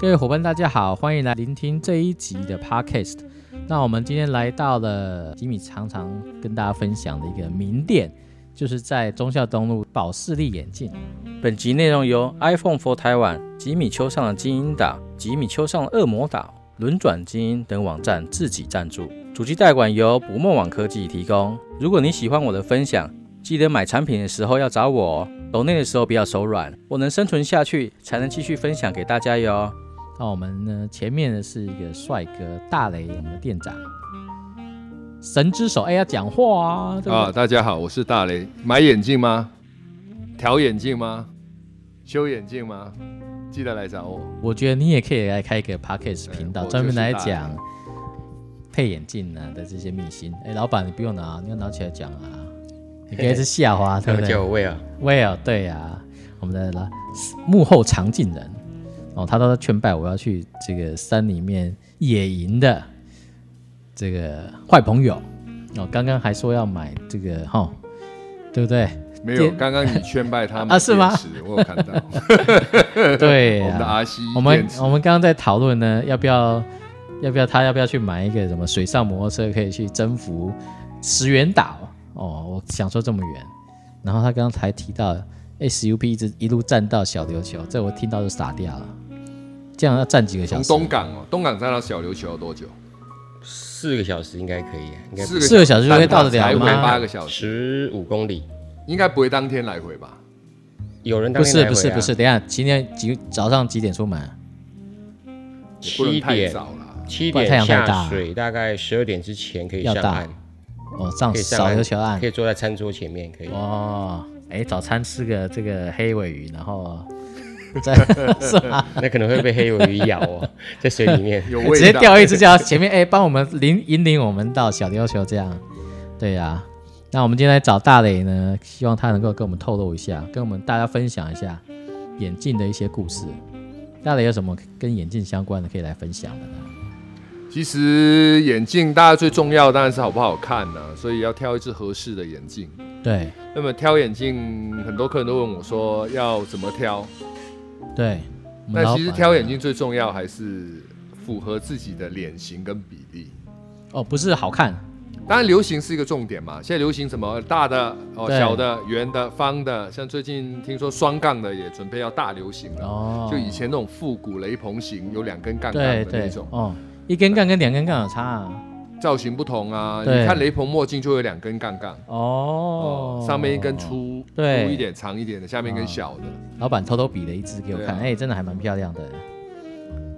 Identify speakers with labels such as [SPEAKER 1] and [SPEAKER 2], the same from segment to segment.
[SPEAKER 1] 各位伙伴，大家好，欢迎来聆听这一集的 Podcast。那我们今天来到了吉米常常跟大家分享的一个名店，就是在忠孝东路保视力眼镜。
[SPEAKER 2] 本集内容由 iPhone for 台湾、吉米丘上的精英岛、吉米丘上的恶魔岛、轮转精英等网站自己赞助，主机代管由捕梦网科技提供。如果你喜欢我的分享，记得买产品的时候要找我哦，抖内的时候不要手软，我能生存下去才能继续分享给大家哟。
[SPEAKER 1] 那我们呢，前面呢是一个帅哥大雷，我们的店长，神之手，哎呀，讲话啊，对
[SPEAKER 3] 啊，
[SPEAKER 1] 吧？
[SPEAKER 3] 大家好，我是大雷。买眼镜吗？调眼镜吗？修眼镜吗？记得来找我。
[SPEAKER 1] 我觉得你也可以来开一个 Podcast
[SPEAKER 3] 对
[SPEAKER 1] 频道，
[SPEAKER 3] 我
[SPEAKER 1] 专门
[SPEAKER 3] 就是
[SPEAKER 1] 来
[SPEAKER 3] 大雷
[SPEAKER 1] 讲配眼镜呢的这些秘辛。哎，老板，你不用拿，你要拿起来讲啊，你别一直笑 啊，对不对？
[SPEAKER 2] 我喂啊，
[SPEAKER 1] Well，对呀、我们的啦幕后常进人哦，他都劝拜我要去这个山里面野营的这个坏朋友哦，刚刚还说要买这个哈、哦，对不 对？
[SPEAKER 3] 没有，
[SPEAKER 1] 电
[SPEAKER 3] 刚刚你劝败他们
[SPEAKER 1] 啊是吗
[SPEAKER 3] 电池我 有看到
[SPEAKER 1] 对啊
[SPEAKER 3] 我们的
[SPEAKER 1] 呀、
[SPEAKER 3] R C
[SPEAKER 1] 我们我们刚刚在讨论呢，要不要要不要他要不要去买一个什么水上摩托车，可以去征服石原岛哦？我想说这么远，然后他刚才提到 SUP 一直一路站到小琉球，这我听到就傻掉了。这样要站几个小
[SPEAKER 3] 从
[SPEAKER 1] 时？
[SPEAKER 3] 东港哦，东港站到小琉球要多久？
[SPEAKER 4] 四个小时应该可以，应该
[SPEAKER 3] 四
[SPEAKER 1] 四个小时就会到得了
[SPEAKER 3] 才
[SPEAKER 1] 吗
[SPEAKER 3] 回八个小时，
[SPEAKER 4] 十五公里。
[SPEAKER 3] 应该不会当天来回吧？
[SPEAKER 4] 有人当
[SPEAKER 1] 不
[SPEAKER 4] 天
[SPEAKER 1] 是
[SPEAKER 4] 来回啊
[SPEAKER 1] 不是不是，等一下今天几早上几点出门？
[SPEAKER 3] 也不能
[SPEAKER 4] 七
[SPEAKER 3] 太
[SPEAKER 4] 点
[SPEAKER 3] 早啦。
[SPEAKER 4] 七
[SPEAKER 1] 不然太阳
[SPEAKER 4] 点
[SPEAKER 1] 太大
[SPEAKER 4] 下水，大概十二点之前可以
[SPEAKER 1] 要嗯
[SPEAKER 4] 上
[SPEAKER 1] 到
[SPEAKER 4] 岸，
[SPEAKER 1] 哦，上
[SPEAKER 4] 可以上
[SPEAKER 1] 小琉球岸
[SPEAKER 4] 可以坐在餐桌前面，可以。
[SPEAKER 1] 哦。哎，早餐吃个这个黑尾鱼，然后再是吗？
[SPEAKER 4] 那可能会被黑尾鱼咬哦，在水里 面。
[SPEAKER 3] 有
[SPEAKER 1] 直
[SPEAKER 3] 味
[SPEAKER 1] 接
[SPEAKER 3] 道。
[SPEAKER 1] 掉一只叫前面哎，帮、我们引引领我们到小琉球这样，对呀、那我们今天来找大磊呢，希望他能够跟我们透露一下，跟我们大家分享一下眼镜的一些故事。大磊有什么跟眼镜相关的可以来分享的呢？
[SPEAKER 3] 其实眼镜大家最重要当然是好不好看呢、所以要挑一只合适的眼镜。
[SPEAKER 1] 对
[SPEAKER 3] 那么挑眼镜，很多客人都问我说要怎么挑，
[SPEAKER 1] 嗯对，我们
[SPEAKER 3] 那
[SPEAKER 1] 老
[SPEAKER 3] 其实
[SPEAKER 1] 板
[SPEAKER 3] 挑眼镜最重要还是符合自己的脸型跟比例。
[SPEAKER 1] 哦，不是好看，
[SPEAKER 3] 当然，流行是一个重点嘛。现在流行什么大的、哦
[SPEAKER 1] 对
[SPEAKER 3] 小的、圆的、方的，像最近听说双杠的也准备要大流行了。
[SPEAKER 1] 哦
[SPEAKER 3] 就以前那种复古雷朋型，有两根杠杠
[SPEAKER 1] 对
[SPEAKER 3] 的
[SPEAKER 1] 对
[SPEAKER 3] 那种，
[SPEAKER 1] 哦，一根杠跟两根杠有差、啊、
[SPEAKER 3] 造型不同啊。
[SPEAKER 1] 对
[SPEAKER 3] 你看雷朋墨镜就有两根杠杠，
[SPEAKER 1] 哦，
[SPEAKER 3] 上面一根。粗
[SPEAKER 1] 对哦
[SPEAKER 3] 粗一点、长一点的，下面一根小的。
[SPEAKER 1] 老板偷偷比了一只给我看，
[SPEAKER 3] 对啊
[SPEAKER 1] 哎、真的还蛮漂亮的。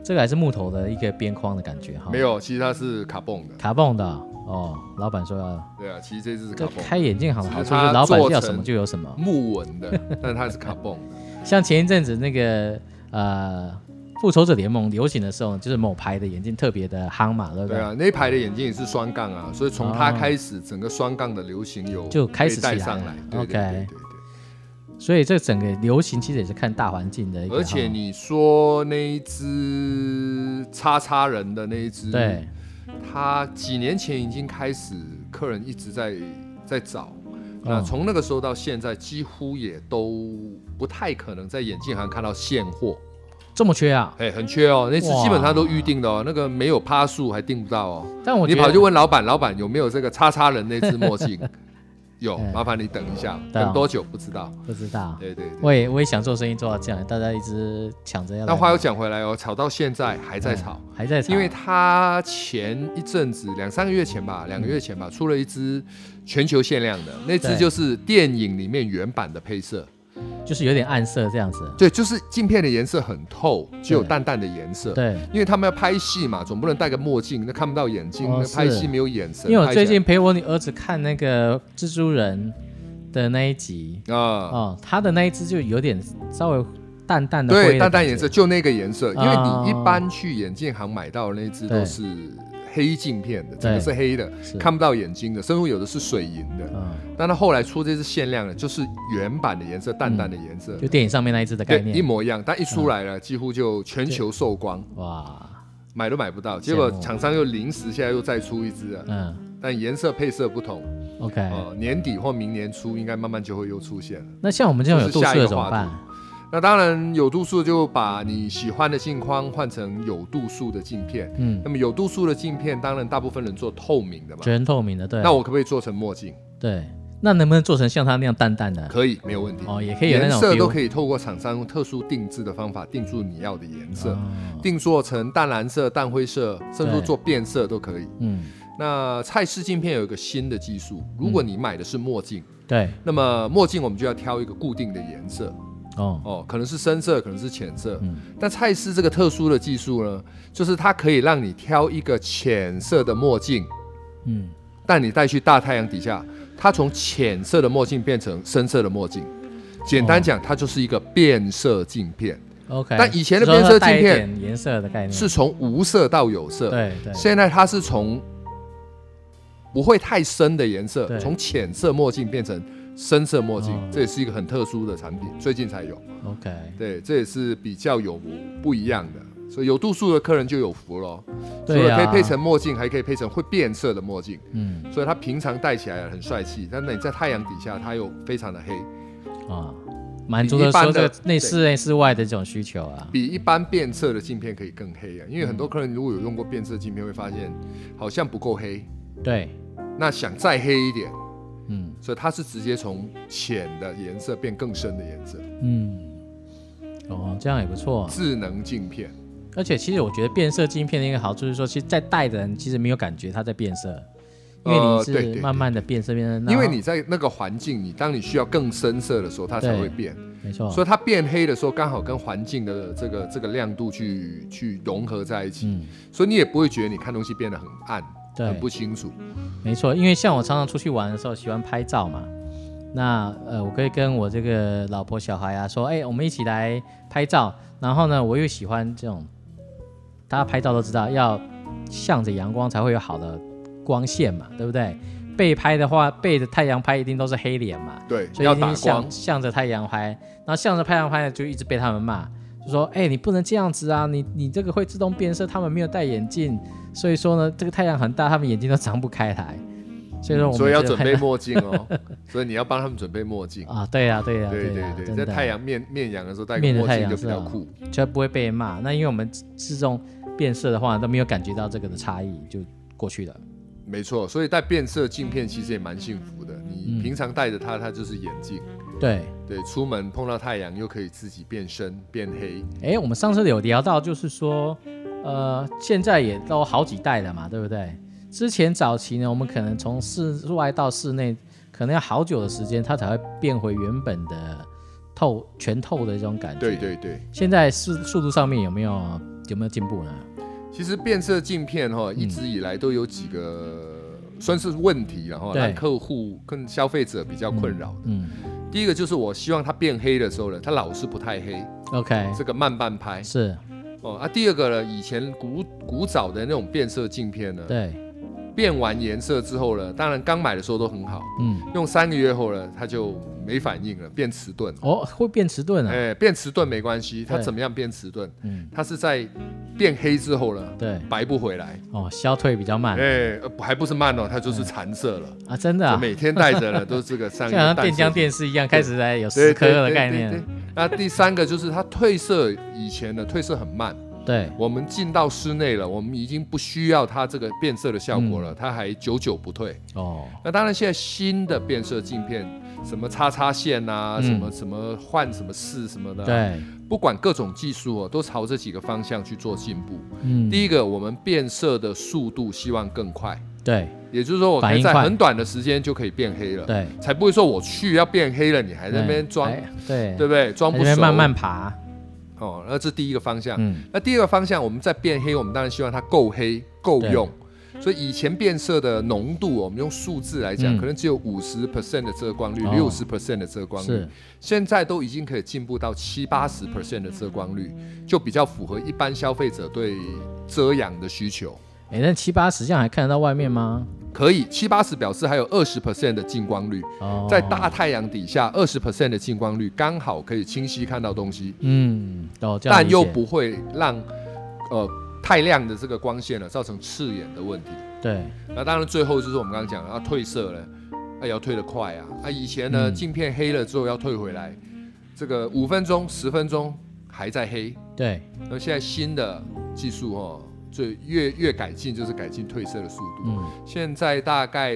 [SPEAKER 1] 这个还是木头的一个边框的感觉哈，
[SPEAKER 3] 没有，其实它是卡蹦的。
[SPEAKER 1] 卡蹦的哦。老板说要
[SPEAKER 3] 对啊，其实这只是
[SPEAKER 1] 这
[SPEAKER 3] 卡蹦
[SPEAKER 1] 开眼镜行的好处
[SPEAKER 3] 只是
[SPEAKER 1] 是
[SPEAKER 3] 它
[SPEAKER 1] 老板
[SPEAKER 3] 做
[SPEAKER 1] 要
[SPEAKER 3] 成
[SPEAKER 1] 什么就有什么。
[SPEAKER 3] 木纹的， 但它是卡蹦的。
[SPEAKER 1] 像前一阵子那个呃《复仇者联盟》流行的时候，就是某牌的眼镜特别的夯嘛，对不对？
[SPEAKER 3] 对啊，那一排的眼镜也是双杠啊，所以从它
[SPEAKER 1] 哦
[SPEAKER 3] 开始，整个双杠的流行有
[SPEAKER 1] 就开始
[SPEAKER 3] 被带
[SPEAKER 1] 起来
[SPEAKER 3] 上
[SPEAKER 1] 了
[SPEAKER 3] 来。对对对
[SPEAKER 1] OK
[SPEAKER 3] 对对。
[SPEAKER 1] 所以这整个流行其实也是看大环境的一个哈。
[SPEAKER 3] 而且你说那一只叉叉人的那一只，
[SPEAKER 1] 对，
[SPEAKER 3] 它几年前已经开始，客人一直在在找。那
[SPEAKER 1] 哦
[SPEAKER 3] 从那个时候到现在，几乎也都不太可能在眼镜行看到现货，
[SPEAKER 1] 这么缺啊？
[SPEAKER 3] 哎、很缺哦。那只
[SPEAKER 1] 哇
[SPEAKER 3] 基本上都预定的哦，那个没有趴数还订不到哦。
[SPEAKER 1] 但我
[SPEAKER 3] 你
[SPEAKER 1] 觉得
[SPEAKER 3] 跑去问老板，老板有没有这个叉叉人那只墨 镜？有
[SPEAKER 1] 嗯，
[SPEAKER 3] 麻烦你等一下，
[SPEAKER 1] 对啊
[SPEAKER 3] 等多久不知道。
[SPEAKER 1] 不知道，
[SPEAKER 3] 对对对。
[SPEAKER 1] 我也我也想做生意做到这样，大家一直抢着要来买。
[SPEAKER 3] 那话又讲回来哦，吵到现在还在吵。
[SPEAKER 1] 嗯，还在吵，
[SPEAKER 3] 因为他前一阵子两三个月前吧，两个月前吧，出了一支全球限量的，那
[SPEAKER 1] 对
[SPEAKER 3] 支就是电影里面原版的配色，
[SPEAKER 1] 就是有点暗色这样子。
[SPEAKER 3] 对，就是镜片的颜色很透，只有淡淡的颜色。
[SPEAKER 1] 对，
[SPEAKER 3] 因为他们要拍戏嘛，总不能戴个墨镜，那看不到眼睛，
[SPEAKER 1] 哦
[SPEAKER 3] 那拍
[SPEAKER 1] 是
[SPEAKER 3] 戏没有眼神。
[SPEAKER 1] 因为我
[SPEAKER 3] 拍起来
[SPEAKER 1] 最近陪我女儿子看那个蜘蛛人的那一集，
[SPEAKER 3] 啊，
[SPEAKER 1] 哦，他的那一只就有点稍微淡淡的灰
[SPEAKER 3] 对，
[SPEAKER 1] 的
[SPEAKER 3] 淡淡
[SPEAKER 1] 感
[SPEAKER 3] 颜
[SPEAKER 1] 觉
[SPEAKER 3] 色，就那个颜色，因为
[SPEAKER 1] 啊
[SPEAKER 3] 你一般去眼镜行买到的那只
[SPEAKER 1] 对
[SPEAKER 3] 都是黑镜片的，整个
[SPEAKER 1] 对
[SPEAKER 3] 是黑的，
[SPEAKER 1] 是
[SPEAKER 3] 看不到眼睛的，甚至有的是水银的。
[SPEAKER 1] 嗯，
[SPEAKER 3] 但它后来出这支限量的，就是原版的颜色，淡淡的颜色，
[SPEAKER 1] 嗯就电影上面那一只的概
[SPEAKER 3] 对，
[SPEAKER 1] 念，嗯
[SPEAKER 3] 一模一样。但一出来了，几乎就全球售光，
[SPEAKER 1] 哇，
[SPEAKER 3] 买都买不到。
[SPEAKER 1] 慕啊
[SPEAKER 3] 结果厂商又临时现在又再出一支啊，
[SPEAKER 1] 嗯
[SPEAKER 3] 但颜色配色不同，哦
[SPEAKER 1] ，OK，、
[SPEAKER 3] 哦，年底或明年初应该慢慢就会又出现了。
[SPEAKER 1] 那像我们这种有度数的怎么办？
[SPEAKER 3] 那当然有度数就把你喜欢的镜框换成有度数的镜片。
[SPEAKER 1] 嗯，
[SPEAKER 3] 那么有度数的镜片，当然大部分人做透明的嘛。
[SPEAKER 1] 全透明的，对。
[SPEAKER 3] 那我可不可以做成墨镜？
[SPEAKER 1] 对，那能不能做成像它那样淡淡的？
[SPEAKER 3] 可以，没有问题。
[SPEAKER 1] 哦，也可以有那
[SPEAKER 3] 颜
[SPEAKER 1] 种
[SPEAKER 3] 色都可
[SPEAKER 1] 以。
[SPEAKER 3] 以透过厂商用特殊定制的方法定住你要的颜色，
[SPEAKER 1] 哦
[SPEAKER 3] 定做成淡蓝色、淡灰色，甚至
[SPEAKER 1] 对
[SPEAKER 3] 做变色都可以。
[SPEAKER 1] 嗯，
[SPEAKER 3] 那蔡司镜片有一个新的技术，如果你买的是墨镜，
[SPEAKER 1] 对，
[SPEAKER 3] 那么墨镜我们就要挑一个固定的颜色
[SPEAKER 1] 哦，
[SPEAKER 3] 哦，可能是深色，可能是浅色。
[SPEAKER 1] 嗯
[SPEAKER 3] 但蔡司这个特殊的技术呢，就是它可以让你挑一个浅色的墨镜，
[SPEAKER 1] 嗯，
[SPEAKER 3] 但你带去大太阳底下，它从浅色的墨镜变成深色的墨镜。简
[SPEAKER 1] 哦
[SPEAKER 3] 单讲，它就是一个变色镜片，
[SPEAKER 1] OK，
[SPEAKER 3] 但以前的
[SPEAKER 1] 只是说
[SPEAKER 3] 变色
[SPEAKER 1] 带一
[SPEAKER 3] 镜片
[SPEAKER 1] 点颜色的概念
[SPEAKER 3] 是，从无色到有色。
[SPEAKER 1] 对对，
[SPEAKER 3] 现在它是从不会太深的颜色
[SPEAKER 1] 对，
[SPEAKER 3] 从浅色墨镜变成深色墨镜，
[SPEAKER 1] 哦
[SPEAKER 3] 这也是一个很特殊的产品，最近才有。
[SPEAKER 1] OK，
[SPEAKER 3] 对，这也是比较有不一样的，所以有度数的客人就有福咯。除
[SPEAKER 1] 对啊，
[SPEAKER 3] 了可以配成墨镜，还可以配成会变色的墨镜，
[SPEAKER 1] 嗯
[SPEAKER 3] 所以它平常戴起来很帅气，但你在太阳底下，它又非常的黑，
[SPEAKER 1] 啊，满足了
[SPEAKER 3] 一般
[SPEAKER 1] 说这
[SPEAKER 3] 的
[SPEAKER 1] 个内室内室外的这种需求啊。
[SPEAKER 3] 比一般变色的镜片可以更黑啊。因为
[SPEAKER 1] 嗯
[SPEAKER 3] 很多客人如果有用过变色镜片，会发现好像不够黑，
[SPEAKER 1] 对，
[SPEAKER 3] 那想再黑一点，
[SPEAKER 1] 嗯
[SPEAKER 3] 所以它是直接从浅的颜色变更深的颜色，
[SPEAKER 1] 嗯，哦，这样也不错啊。
[SPEAKER 3] 智能镜片。
[SPEAKER 1] 而且其实我觉得变色镜片的一个好处就是说，其实在戴的人其实没有感觉它在变色，因为
[SPEAKER 3] 呃
[SPEAKER 1] 你
[SPEAKER 3] 对
[SPEAKER 1] 是
[SPEAKER 3] 对
[SPEAKER 1] 慢慢的变色变哦色，
[SPEAKER 3] 因为
[SPEAKER 1] 然后
[SPEAKER 3] 你在那个环境，你当你需要更深色的时候，它才
[SPEAKER 1] 对
[SPEAKER 3] 会变。
[SPEAKER 1] 没错，
[SPEAKER 3] 所以它变黑的时候，刚好跟环境的这个这个亮度去去融合在一起，
[SPEAKER 1] 嗯，
[SPEAKER 3] 所以你也不会觉得你看东西变得很暗、
[SPEAKER 1] 对
[SPEAKER 3] 很不清楚。
[SPEAKER 1] 没错，因为像我常常出去玩的时候喜欢拍照嘛，那呃，我可以跟我这个老婆小孩啊说，哎、我们一起来拍照。然后呢，我又喜欢这种，大家拍照都知道要向着阳光才会有好的光线嘛，对不对？被拍的话，背着太阳拍一定都是黑脸嘛，
[SPEAKER 3] 对，
[SPEAKER 1] 所以
[SPEAKER 3] 要
[SPEAKER 1] 一定
[SPEAKER 3] 打
[SPEAKER 1] 是
[SPEAKER 3] 光
[SPEAKER 1] 向。向着太阳拍，然后向着太阳拍就一直被他们骂，就说：“哎、你不能这样子啊，你你这个会自动变色，他们没有戴眼镜，所以说呢，这个太阳很大，他们眼睛都张不开来。”所以说我们
[SPEAKER 3] 嗯所以要
[SPEAKER 1] 就
[SPEAKER 3] 准备墨镜哦， 所以你要帮他们准备墨镜。
[SPEAKER 1] 啊，对呀、对呀、
[SPEAKER 3] 对
[SPEAKER 1] 呀、
[SPEAKER 3] 对
[SPEAKER 1] 真
[SPEAKER 3] 在
[SPEAKER 1] 的
[SPEAKER 3] 太阳面面阳的时候戴个
[SPEAKER 1] 面着
[SPEAKER 3] 墨
[SPEAKER 1] 太
[SPEAKER 3] 镜
[SPEAKER 1] 阳
[SPEAKER 3] 就比较
[SPEAKER 1] 是吧
[SPEAKER 3] 酷。
[SPEAKER 1] 就不会被骂。那因为我们自动变色的话，都没有感觉到这个的差异，就过去了。
[SPEAKER 3] 没错，所以戴变色镜片其实也蛮幸福的。你平常戴着它，它就是眼镜。
[SPEAKER 1] 对，
[SPEAKER 3] 对，出门碰到太阳又可以自己变深变黑。
[SPEAKER 1] 哎，我们上次有聊到，就是说，呃，现在也都好几代了嘛，对不对？之前早期呢，我们可能从室外到室内，可能要好久的时间，它才会变回原本的透全透的这种感觉。
[SPEAKER 3] 对。对对，
[SPEAKER 1] 现在速速度上面有没有有没有进步呢？
[SPEAKER 3] 其实变色镜片哈、
[SPEAKER 1] 嗯
[SPEAKER 3] 一直以来都有几个算是问题，然后
[SPEAKER 1] 对
[SPEAKER 3] 让客户跟消费者比较困扰的。
[SPEAKER 1] 嗯
[SPEAKER 3] 第一个就是我希望它变黑的时候呢，它老是不太黑，
[SPEAKER 1] ，OK，
[SPEAKER 3] 这个慢半拍
[SPEAKER 1] 是
[SPEAKER 3] 哦啊。第二个呢，以前古古早的那种变色镜片呢，
[SPEAKER 1] 对，
[SPEAKER 3] 变完颜色之后呢，当然刚买的时候都很好，
[SPEAKER 1] 嗯，
[SPEAKER 3] 用三个月后呢，它就没反应了，变迟钝。
[SPEAKER 1] 哦，会变迟钝啊，
[SPEAKER 3] 哎，变迟钝没关系，它
[SPEAKER 1] 对
[SPEAKER 3] 怎么样变迟钝？
[SPEAKER 1] 嗯，
[SPEAKER 3] 它是在变黑之后呢，
[SPEAKER 1] 对，
[SPEAKER 3] 白不回来。
[SPEAKER 1] 哦，消退比较慢
[SPEAKER 3] 哎、呃还不是慢哦，它就是残色了。
[SPEAKER 1] 啊，真的
[SPEAKER 3] 就
[SPEAKER 1] 啊，
[SPEAKER 3] 每天戴着呢，都是这个 上
[SPEAKER 1] 就
[SPEAKER 3] 一
[SPEAKER 1] 好像
[SPEAKER 3] 个
[SPEAKER 1] 电浆电视一样，开始来有时刻的概念了
[SPEAKER 3] 对对，对那第三个就是它褪色，以前的褪色很慢，
[SPEAKER 1] 对，
[SPEAKER 3] 我们进到室内了，我们已经不需要它这个变色的效果
[SPEAKER 1] 嗯
[SPEAKER 3] 了，它还久久不退。
[SPEAKER 1] 哦，
[SPEAKER 3] 那当然，现在新的变色镜片，什么叉叉线啊，
[SPEAKER 1] 嗯
[SPEAKER 3] 什么什么换什么四什么的，，啊
[SPEAKER 1] 对，
[SPEAKER 3] 不管各种技术哦，都朝这几个方向去做进步。
[SPEAKER 1] 嗯，
[SPEAKER 3] 第一个，我们变色的速度希望更快，
[SPEAKER 1] 对
[SPEAKER 3] 也就是说，我可
[SPEAKER 1] 反
[SPEAKER 3] 以
[SPEAKER 1] 应
[SPEAKER 3] 在
[SPEAKER 1] 快
[SPEAKER 3] 很短的时间就可以变黑了。
[SPEAKER 1] 对，
[SPEAKER 3] 才不会说我去要变黑了，你还
[SPEAKER 1] 还
[SPEAKER 3] 在那边装，
[SPEAKER 1] 对
[SPEAKER 3] 对不对？装
[SPEAKER 1] 哎还在
[SPEAKER 3] 不
[SPEAKER 1] 那
[SPEAKER 3] 熟，
[SPEAKER 1] 边慢慢爬，
[SPEAKER 3] 哦，那这第一个方向。
[SPEAKER 1] 嗯，
[SPEAKER 3] 那第二个方向，我们在变黑，我们当然希望它够黑够用。所以以前变色的浓度，我们用数字来讲，
[SPEAKER 1] 嗯
[SPEAKER 3] 可能只有五十 percent 的遮光率，
[SPEAKER 1] 哦
[SPEAKER 3] 六十 percent 的遮光率
[SPEAKER 1] 是。，
[SPEAKER 3] 现在都已经可以进步到七八十 percent 的遮光率，就比较符合一般消费者对遮阳的需求。
[SPEAKER 1] 哎，那七八十这样还看得到外面吗？
[SPEAKER 3] 可以，七八十表示还有二十 percent 的进光率。
[SPEAKER 1] 哦，
[SPEAKER 3] 在大，太阳底下，二十 percent 的进光率刚好可以清晰看到东西，
[SPEAKER 1] 嗯，哦，这样
[SPEAKER 3] 但
[SPEAKER 1] 理
[SPEAKER 3] 又
[SPEAKER 1] 解
[SPEAKER 3] 不会让呃太亮的这个光线呢造成刺眼的问题。
[SPEAKER 1] 对，
[SPEAKER 3] 那当然，最后就是我们刚刚讲的，要褪色了，啊，也要褪得快啊。啊，以前呢，
[SPEAKER 1] 嗯
[SPEAKER 3] 镜片黑了之后要退回来，这个五分钟、十分钟还在黑。
[SPEAKER 1] 对，
[SPEAKER 3] 那现在新的技术哦，就越越改进，就是改进褪色的速度。
[SPEAKER 1] 嗯，
[SPEAKER 3] 现在大概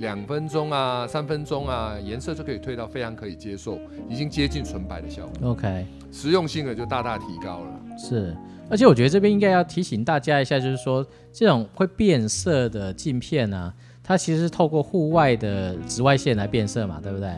[SPEAKER 3] 两分钟啊、三分钟啊，颜色就可以退到非常可以接受，已经接近纯白的效果，
[SPEAKER 1] OK，
[SPEAKER 3] 实用性呢就大大提高了。
[SPEAKER 1] 是。而且我觉得这边应该要提醒大家一下，就是说这种会变色的镜片啊，它其实是透过户外的紫外线来变色嘛，对不对？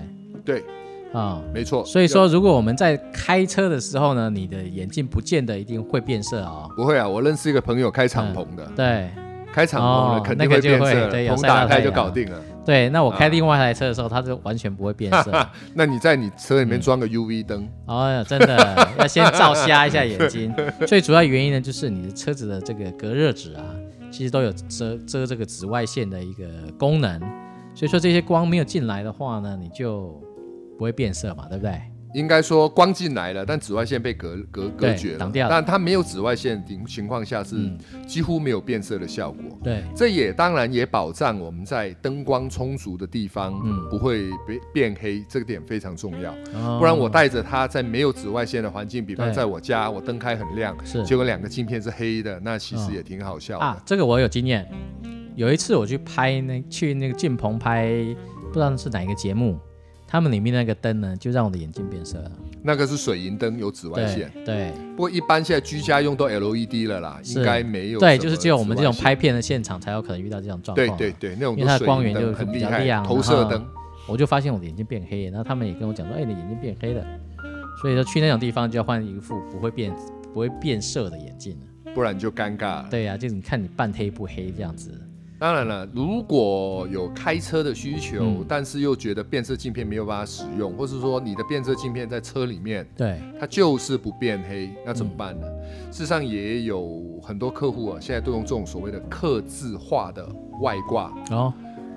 [SPEAKER 3] 对，
[SPEAKER 1] 啊、
[SPEAKER 3] 没错。
[SPEAKER 1] 所以说如果我们在开车的时候呢，你的眼镜不见得一定会变色哦。
[SPEAKER 3] 不会啊，我认识一个朋友开敞篷的，
[SPEAKER 1] 对
[SPEAKER 3] 开敞篷
[SPEAKER 1] 嗯哦
[SPEAKER 3] 的肯
[SPEAKER 1] 那
[SPEAKER 3] 定
[SPEAKER 1] 个
[SPEAKER 3] 会
[SPEAKER 1] 就
[SPEAKER 3] 变色
[SPEAKER 1] 会
[SPEAKER 3] 了，
[SPEAKER 1] 对有
[SPEAKER 3] 篷
[SPEAKER 1] 晒到
[SPEAKER 3] 打开
[SPEAKER 1] 太
[SPEAKER 3] 就
[SPEAKER 1] 阳
[SPEAKER 3] 搞定了。
[SPEAKER 1] 对，那我开
[SPEAKER 3] 啊
[SPEAKER 1] 另外一台车的时候，它就完全不会变色。
[SPEAKER 3] 那你在你车里
[SPEAKER 1] 嗯
[SPEAKER 3] 面装个 UV 灯，
[SPEAKER 1] 哎呀，真的要先照瞎一下眼 睛。最主要原因呢，就是你的车子的这个隔热纸啊，其实都有遮遮这个紫外线的一个功能。所以说这些光没有进来的话呢，你就不会变色嘛，对不对？
[SPEAKER 3] 应该说光进来了，但紫外线被隔隔隔
[SPEAKER 1] 对
[SPEAKER 3] 绝了，
[SPEAKER 1] 挡掉了
[SPEAKER 3] 但它没有紫外线情情况下是
[SPEAKER 1] 嗯
[SPEAKER 3] 几乎没有变色的效果。
[SPEAKER 1] 对，
[SPEAKER 3] 这也当然也保障我们在灯光充足的地方，
[SPEAKER 1] 嗯
[SPEAKER 3] 不会被变黑，这个点非常重要。
[SPEAKER 1] 哦
[SPEAKER 3] 不然我戴着它在没有紫外线的环境，比方
[SPEAKER 1] 对
[SPEAKER 3] 在我家，我灯开很亮，
[SPEAKER 1] 是
[SPEAKER 3] 结果两个镜片是黑的，那其实也挺好笑的。
[SPEAKER 1] 啊，这个我有经验。有一次我去拍那去那个进棚拍，不知道是哪一个节目，他们里面那个灯呢，就让我的眼睛变色了。
[SPEAKER 3] 那个是水银灯，有紫外线。
[SPEAKER 1] 对。对
[SPEAKER 3] 不过一般现在居家用都 LED 了啦，
[SPEAKER 1] 是
[SPEAKER 3] 应该没有。
[SPEAKER 1] 对，就是只有我们这种。拍片的现场才有可能遇到这种状况
[SPEAKER 3] 对
[SPEAKER 1] 啊。
[SPEAKER 3] 对对，那种
[SPEAKER 1] 因为它的
[SPEAKER 3] 都水银
[SPEAKER 1] 光源
[SPEAKER 3] 灯
[SPEAKER 1] 就
[SPEAKER 3] 很
[SPEAKER 1] 比
[SPEAKER 3] 厉
[SPEAKER 1] 较
[SPEAKER 3] 害，
[SPEAKER 1] 亮啊
[SPEAKER 3] 投射灯。
[SPEAKER 1] 我就发现我的眼睛变黑，然后他们也跟我讲说，哎，你眼睛变黑了，所以说去那种地方就要换一副不会变不会变色的眼镜了。
[SPEAKER 3] 不然就尴尬了。
[SPEAKER 1] 对呀、就是你看你半黑不黑这样子，
[SPEAKER 3] 当然了，如果有开车的需求，
[SPEAKER 1] 嗯
[SPEAKER 3] 但是又觉得变色镜片没有办法使用，或是说你的变色镜片在车里面
[SPEAKER 1] 对，
[SPEAKER 3] 它就是不变黑，那怎么办呢？
[SPEAKER 1] 嗯
[SPEAKER 3] 事实上也有很多客户啊，现在都用这种所谓的刻字化的外挂，
[SPEAKER 1] 然、哦、后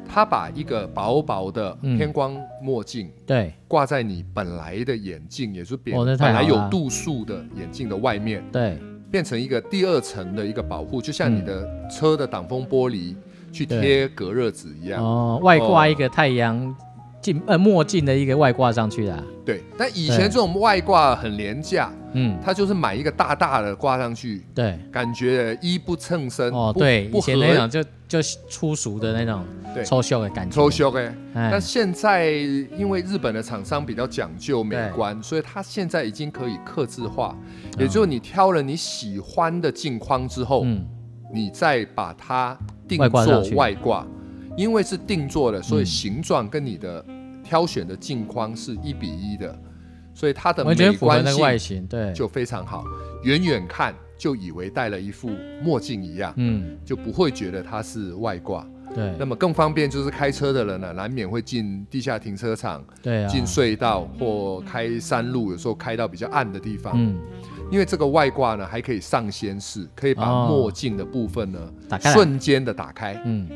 [SPEAKER 3] 他把一个薄薄的
[SPEAKER 1] 嗯
[SPEAKER 3] 偏光墨镜。
[SPEAKER 1] 对
[SPEAKER 3] 挂在你本来的眼镜，也就是别
[SPEAKER 1] 哦那
[SPEAKER 3] 本
[SPEAKER 1] 太好
[SPEAKER 3] 来有
[SPEAKER 1] 了
[SPEAKER 3] 度数的眼镜的外面，
[SPEAKER 1] 对
[SPEAKER 3] 变成一个第二层的一个保护，就像你
[SPEAKER 1] 嗯
[SPEAKER 3] 的车的挡风玻璃去贴隔热纸一样。
[SPEAKER 1] 哦，外挂一个太阳镜呃墨镜的一个外挂上去啊啦，
[SPEAKER 3] 对，但以
[SPEAKER 1] 对
[SPEAKER 3] 前这种外挂很廉价，
[SPEAKER 1] 嗯，
[SPEAKER 3] 它就是买一个大大的挂上去，
[SPEAKER 1] 对。
[SPEAKER 3] 感觉衣不称身。
[SPEAKER 1] 哦，
[SPEAKER 3] 嗯不
[SPEAKER 1] 对，以
[SPEAKER 3] 不
[SPEAKER 1] 前那
[SPEAKER 3] 合
[SPEAKER 1] 种就就粗俗的那种
[SPEAKER 3] 对
[SPEAKER 1] 抽秀的感觉，
[SPEAKER 3] 抽，修哎。
[SPEAKER 1] 哎
[SPEAKER 3] 但，现在因为日本的厂商比较讲究美观，所以它现在已经可以刻字化，
[SPEAKER 1] 哦
[SPEAKER 3] 也就是你挑了你喜欢的镜框之后，
[SPEAKER 1] 嗯，
[SPEAKER 3] 你再把它定
[SPEAKER 1] 外挂
[SPEAKER 3] 做
[SPEAKER 1] 上去
[SPEAKER 3] 外挂，因为是定做的，所以
[SPEAKER 1] 嗯
[SPEAKER 3] 形状跟你的挑选的镜框是一比一的，所以它的
[SPEAKER 1] 完全
[SPEAKER 3] 美
[SPEAKER 1] 符合
[SPEAKER 3] 观
[SPEAKER 1] 那个外
[SPEAKER 3] 性
[SPEAKER 1] 形，对，
[SPEAKER 3] 就非常好。远远看就以为戴了一副墨镜一样，
[SPEAKER 1] 嗯，
[SPEAKER 3] 就不会觉得它是外挂。
[SPEAKER 1] 对
[SPEAKER 3] 那，么更方便就是开车的人呢，难免会进地下停车场、
[SPEAKER 1] 对啊，
[SPEAKER 3] 进隧道或开山路，有时候开到比较暗的地方。
[SPEAKER 1] 嗯，
[SPEAKER 3] 因为这个外挂呢，还可以上掀式，可以把
[SPEAKER 1] 哦
[SPEAKER 3] 墨镜的部分呢、
[SPEAKER 1] 打开来
[SPEAKER 3] 瞬间的打开，
[SPEAKER 1] 嗯，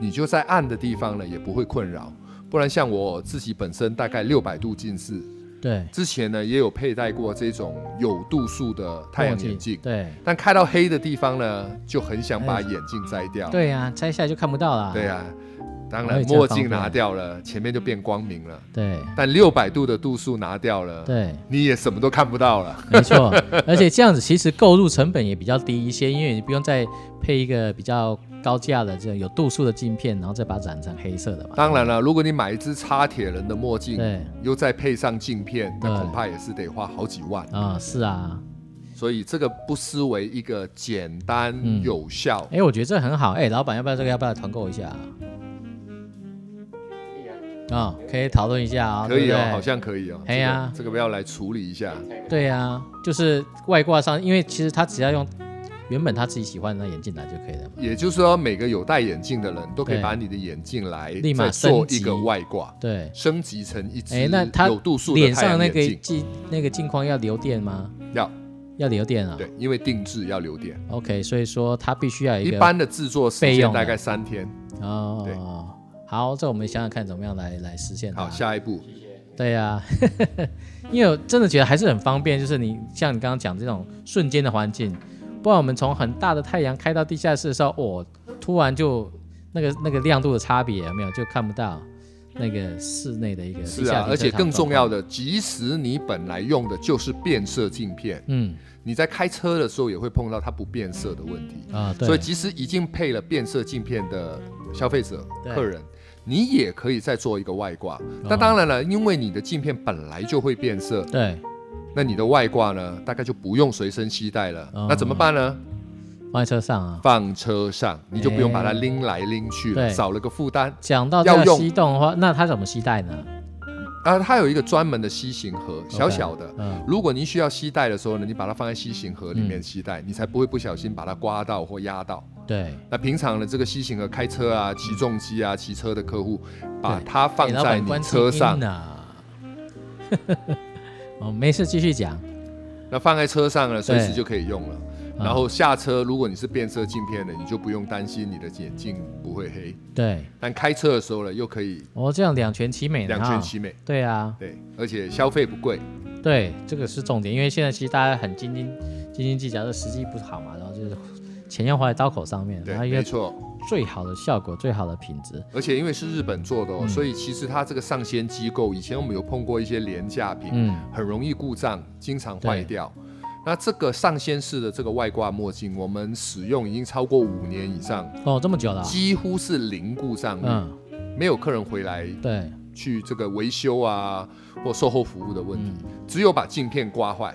[SPEAKER 3] 你就在暗的地方呢也不会困扰。不然像我自己本身大概六百度近视，
[SPEAKER 1] 对，
[SPEAKER 3] 之前呢也有佩戴过这种有度数的太阳眼镜，
[SPEAKER 1] 对，
[SPEAKER 3] 但开到黑的地方呢，就很想把眼镜摘掉。
[SPEAKER 1] 对呀，摘下来就看不到了。
[SPEAKER 3] 对啊，当
[SPEAKER 1] 我
[SPEAKER 3] 然
[SPEAKER 1] 也这样
[SPEAKER 3] 墨
[SPEAKER 1] 方
[SPEAKER 3] 镜
[SPEAKER 1] 便
[SPEAKER 3] 拿掉了，前面就变光明了。
[SPEAKER 1] 对
[SPEAKER 3] 但六百度的度数拿掉了，
[SPEAKER 1] 对，
[SPEAKER 3] 你也什么都看不到了。
[SPEAKER 1] 没错， 而且这样子其实购入成本也比较低一些，因为你不用再配一个比较高价的这种有度数的镜片，然后再把它染成黑色的嘛。
[SPEAKER 3] 当然了，如果你买一只擦铁人的墨镜，
[SPEAKER 1] 对
[SPEAKER 3] 又再配上镜片，那
[SPEAKER 1] 对
[SPEAKER 3] 恐怕也是得花好几万。
[SPEAKER 1] 啊、是啊，
[SPEAKER 3] 所以这个不失为一个简单
[SPEAKER 1] 嗯
[SPEAKER 3] 有效。
[SPEAKER 1] 哎，我觉得这很好，哎，老板要不要这个要不要团购一下啊？啊、可以讨论一下啊、
[SPEAKER 3] 可以
[SPEAKER 1] 对
[SPEAKER 3] 哦，
[SPEAKER 1] 不对
[SPEAKER 3] 好像可以哦。
[SPEAKER 1] 哎呀
[SPEAKER 3] 这个这个要来处理一下。
[SPEAKER 1] 对呀、就是外挂上，因为其实他只要用原本他自己喜欢的那眼镜来就可以了嘛。
[SPEAKER 3] 也就是说，每个有戴眼镜的人都可以
[SPEAKER 1] 对
[SPEAKER 3] 把你的眼镜来
[SPEAKER 1] 嗯立马
[SPEAKER 3] 再做
[SPEAKER 1] 升级
[SPEAKER 3] 一个外挂，
[SPEAKER 1] 对，
[SPEAKER 3] 升级成一只
[SPEAKER 1] 哎，那他
[SPEAKER 3] 有度数的
[SPEAKER 1] 脸
[SPEAKER 3] 太
[SPEAKER 1] 上
[SPEAKER 3] 阳
[SPEAKER 1] 那
[SPEAKER 3] 眼
[SPEAKER 1] 个
[SPEAKER 3] 镜。
[SPEAKER 1] 镜那个镜框要留电吗？
[SPEAKER 3] 要
[SPEAKER 1] 要留电啊。
[SPEAKER 3] 对，因为定制要留点。
[SPEAKER 1] OK，所以说它必须要有
[SPEAKER 3] 一
[SPEAKER 1] 个
[SPEAKER 3] 般的制作时
[SPEAKER 1] 备
[SPEAKER 3] 间
[SPEAKER 1] 用的
[SPEAKER 3] 大概三天。对
[SPEAKER 1] 哦。好，这我们想想看怎么样来来实现它。
[SPEAKER 3] 好，下一步
[SPEAKER 1] 对呀、 因为我真的觉得还是很方便，就是你像你刚刚讲这种瞬间的环境，不然我们从很大的太阳开到地下室的时候，哦，突然就那个那个亮度的差别有没有就看不到，那个室内的一个
[SPEAKER 3] 是
[SPEAKER 1] 地下
[SPEAKER 3] 啊，
[SPEAKER 1] 停
[SPEAKER 3] 而且
[SPEAKER 1] 车场
[SPEAKER 3] 更重
[SPEAKER 1] 状
[SPEAKER 3] 要
[SPEAKER 1] 况，
[SPEAKER 3] 的，即使你本来用的就是变色镜片，
[SPEAKER 1] 嗯
[SPEAKER 3] 你在开车的时候也会碰到它不变色的问题。
[SPEAKER 1] 啊，对，
[SPEAKER 3] 所以即使已经配了变色镜片的消费者、
[SPEAKER 1] 对哦
[SPEAKER 3] 客人，你也可以再做一个外挂。那当然了，因为你的镜片本来就会变色，
[SPEAKER 1] 对，
[SPEAKER 3] 那你的外挂呢，大概就不用随身携带了。
[SPEAKER 1] 哦
[SPEAKER 3] 那怎么办呢？
[SPEAKER 1] 放在车上啊。
[SPEAKER 3] 放车上，你就不用把它
[SPEAKER 1] 哎
[SPEAKER 3] 拎来拎去
[SPEAKER 1] 对
[SPEAKER 3] 了，少了个负担。
[SPEAKER 1] 讲到这
[SPEAKER 3] 要
[SPEAKER 1] 个
[SPEAKER 3] 用
[SPEAKER 1] 吸动的话，那它怎么吸带呢？
[SPEAKER 3] 啊，它有一个专门的吸型盒，小小的。
[SPEAKER 1] 嗯，
[SPEAKER 3] 如果您需要吸带的时候呢，你把它放在吸型盒里面吸带，你才不会不小心把它刮到或压到。
[SPEAKER 1] 对，
[SPEAKER 3] 那平常的这个 C 型和开车啊、起重机啊、骑车的客户，把它放
[SPEAKER 1] 哎
[SPEAKER 3] 在你车上，
[SPEAKER 1] 呢。啊 哦，没事，继续讲。
[SPEAKER 3] 那放在车上呢，随时就可以用了。
[SPEAKER 1] 嗯
[SPEAKER 3] 然后下车，如果你是变色镜片的，你就不用担心你的眼镜不会黑。
[SPEAKER 1] 对，
[SPEAKER 3] 但开车的时候呢，又可以
[SPEAKER 1] 哦，这样两全其美呢。
[SPEAKER 3] 两全其美，
[SPEAKER 1] 哈。对啊，
[SPEAKER 3] 对，而且消费不贵。
[SPEAKER 1] 对，这个是重点，因为现在其实大家很斤斤斤斤计较，这实际不好嘛，然后就是钱要花在刀口上面，
[SPEAKER 3] 对
[SPEAKER 1] 然后，一
[SPEAKER 3] 没
[SPEAKER 1] 个
[SPEAKER 3] 错。
[SPEAKER 1] 最好的效果、最好的品质。
[SPEAKER 3] 而且因为是日本做的哦，
[SPEAKER 1] 嗯
[SPEAKER 3] 所以其实它这个上线机构，以前我们有碰过一些廉价品，
[SPEAKER 1] 嗯，
[SPEAKER 3] 很容易故障，经常坏掉。那这个上仙式的这个外挂墨镜，我们使用已经超过五年以上，
[SPEAKER 1] 哦，这么久了啊、
[SPEAKER 3] 几乎是零故障率，
[SPEAKER 1] 嗯，
[SPEAKER 3] 没有客人回来
[SPEAKER 1] 对，
[SPEAKER 3] 去这个维修啊或售后服务的问题，
[SPEAKER 1] 嗯
[SPEAKER 3] 只有把镜片刮坏，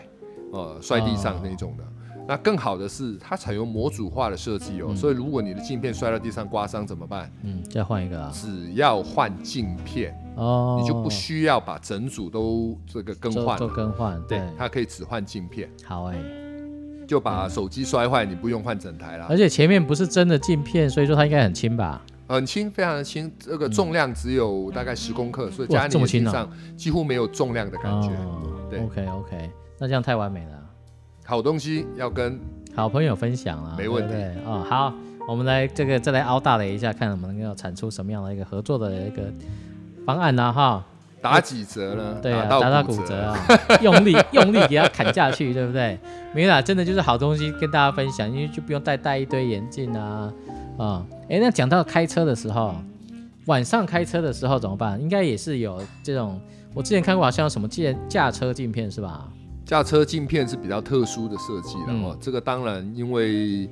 [SPEAKER 3] 呃，摔地上那种的。
[SPEAKER 1] 哦
[SPEAKER 3] 那更好的是，它采用模组化的设计哦，所以如果你的镜片摔到地上刮伤怎么办？
[SPEAKER 1] 嗯，再换一个啊。
[SPEAKER 3] 只要换镜片，
[SPEAKER 1] 哦，
[SPEAKER 3] 你就不需要把整组都这个更
[SPEAKER 1] 做
[SPEAKER 3] 换
[SPEAKER 1] 做
[SPEAKER 3] 了。
[SPEAKER 1] 更换，对
[SPEAKER 3] 对，，它可以只换镜片。
[SPEAKER 1] 好哎、
[SPEAKER 3] 就把手机摔坏，你不用换整台啦
[SPEAKER 1] 而，且前面不是真的镜片，所以说它应该很轻吧？
[SPEAKER 3] 很轻，非常的轻，这个重量只有大概十公克，所以
[SPEAKER 1] 哇
[SPEAKER 3] 加
[SPEAKER 1] 这
[SPEAKER 3] 你
[SPEAKER 1] 么
[SPEAKER 3] 的
[SPEAKER 1] 轻
[SPEAKER 3] 身
[SPEAKER 1] 啊
[SPEAKER 3] 上几乎没有重量的感觉。
[SPEAKER 1] 哦、
[SPEAKER 3] 对
[SPEAKER 1] OK OK，那这样太完美了。
[SPEAKER 3] 好东西要跟
[SPEAKER 1] 好朋友分享了，
[SPEAKER 3] 没问题
[SPEAKER 1] 对不对哦。好，我们来这个再来凹大雷一下，看我们能够产出什么样的一个合作的一个方案呢？哈，
[SPEAKER 3] 打几折呢？
[SPEAKER 1] 对啊，
[SPEAKER 3] 到
[SPEAKER 1] 打到
[SPEAKER 3] 骨
[SPEAKER 1] 骨折啊，用力 用力给它砍下去，对不对？没啦，真的就是好东西跟大家分享，因为就不用再戴一堆眼镜啊啊。哎、那讲到开车的时候，晚上开车的时候怎么办？应该也是有这种，我之前看过好像有什么驾驾车镜片是吧？
[SPEAKER 3] 驾车镜片是比较特殊的设计了
[SPEAKER 1] 嗯
[SPEAKER 3] 哦，这个当然因为。